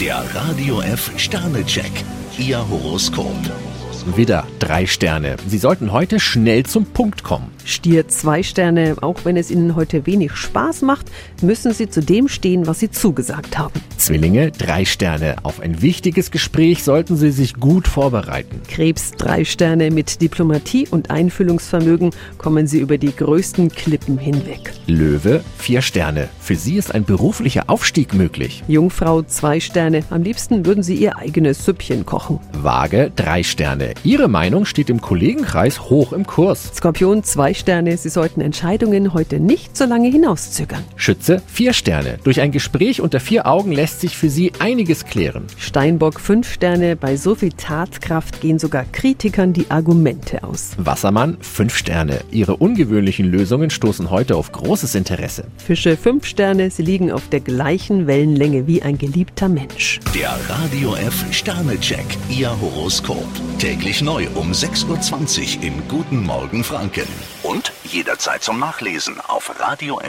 Der Radio F Sternecheck, Ihr Horoskop. Widder, drei Sterne. Sie sollten heute schnell zum Punkt kommen. Stier zwei Sterne, auch wenn es Ihnen heute wenig Spaß macht, müssen Sie zu dem stehen, was Sie zugesagt haben. Zwillinge, drei Sterne. Auf ein wichtiges Gespräch sollten Sie sich gut vorbereiten. Krebs drei Sterne, mit Diplomatie und Einfühlungsvermögen kommen Sie über die größten Klippen hinweg. Löwe, vier Sterne. Für Sie ist ein beruflicher Aufstieg möglich. Jungfrau zwei Sterne, am liebsten würden Sie Ihr eigenes Süppchen kochen. Waage, drei Sterne. Ihre Meinung steht im Kollegenkreis hoch im Kurs. Skorpion zwei Sterne, Sie sollten Entscheidungen heute nicht so lange hinauszögern. Schütze, vier Sterne. Durch ein Gespräch unter vier Augen lässt sich für Sie einiges klären. Steinbock fünf Sterne, bei so viel Tatkraft gehen sogar Kritikern die Argumente aus. Wassermann, fünf Sterne. Ihre ungewöhnlichen Lösungen stoßen heute auf großes Interesse. Fische fünf Sterne, Sie liegen auf der gleichen Wellenlänge wie ein geliebter Mensch. Der Radio F Sternecheck, Ihr Horoskop. Täglich neu um 6.20 Uhr im Guten Morgen Franken. Und jederzeit zum Nachlesen auf radiof.de.